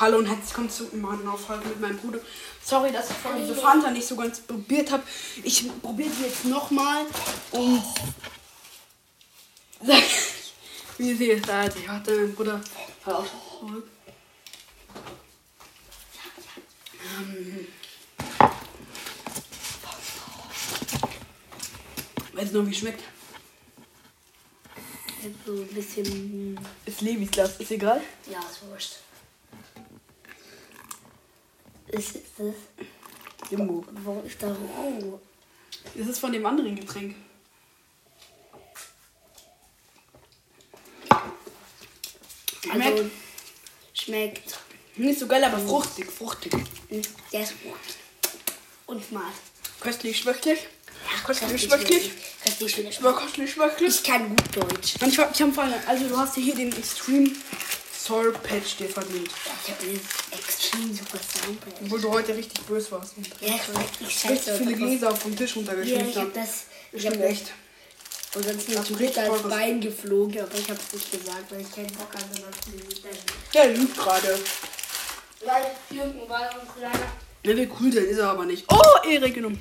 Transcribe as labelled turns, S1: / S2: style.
S1: Hallo und herzlich willkommen zu meiner Folge mit meinem Bruder. Sorry, dass ich vorhin diese Fanta nicht so ganz probiert habe. Ich probiere sie jetzt nochmal und sag euch, wie sie es hat. Ich hatte meinen Bruder hör auf. zurück. Ähm, Weißt du noch, wie es schmeckt?
S2: So ein bisschen.
S1: Ist Levis Glas, ist egal.
S2: Ja, ist wurscht. Ist, ist das.
S1: Jumbo.
S2: Warum ist da roh?
S1: Es ist von dem anderen Getränk.
S2: Also, schmeckt.
S1: Nicht so geil, aber fruchtig, fruchtig.
S2: hm, Der ist roh. Und mal.
S1: Köstlich, schwöchlich. Köstlich,
S2: wirklich.
S1: schwöchlich.
S2: Köstlich, wirklich.
S1: Über köstlich, schwöchlich.
S2: Ich kann gut Deutsch.
S1: Und ich, hab- ich habe vor allem, also du hast dir hier den Extreme Soul Patch dir verdient.
S2: Ja, Ich habe dieses extrem super Soundbrett.
S1: Obwohl du heute richtig böse warst. Und
S2: Ja, ich weiß, ich
S1: richtig
S2: schätze.
S1: viele Gläser auf dem Tisch
S2: Ja, ich
S1: runtergeschmissen
S2: habe
S1: hast.
S2: das.
S1: Ich
S2: Ich habe
S1: bin echt.
S2: Und sonst
S1: Hast du
S2: ist
S1: richtig
S2: mir das
S1: voll was-
S2: Bein geflogen, aber ich habe es nicht gesagt, weil ich keinen Bock hatte, sonst nicht dann.
S1: Der lügt gerade.
S2: Weil irgendwann war uns leider
S1: Der will cool sein, ist er aber nicht. Oh, Erik genommen.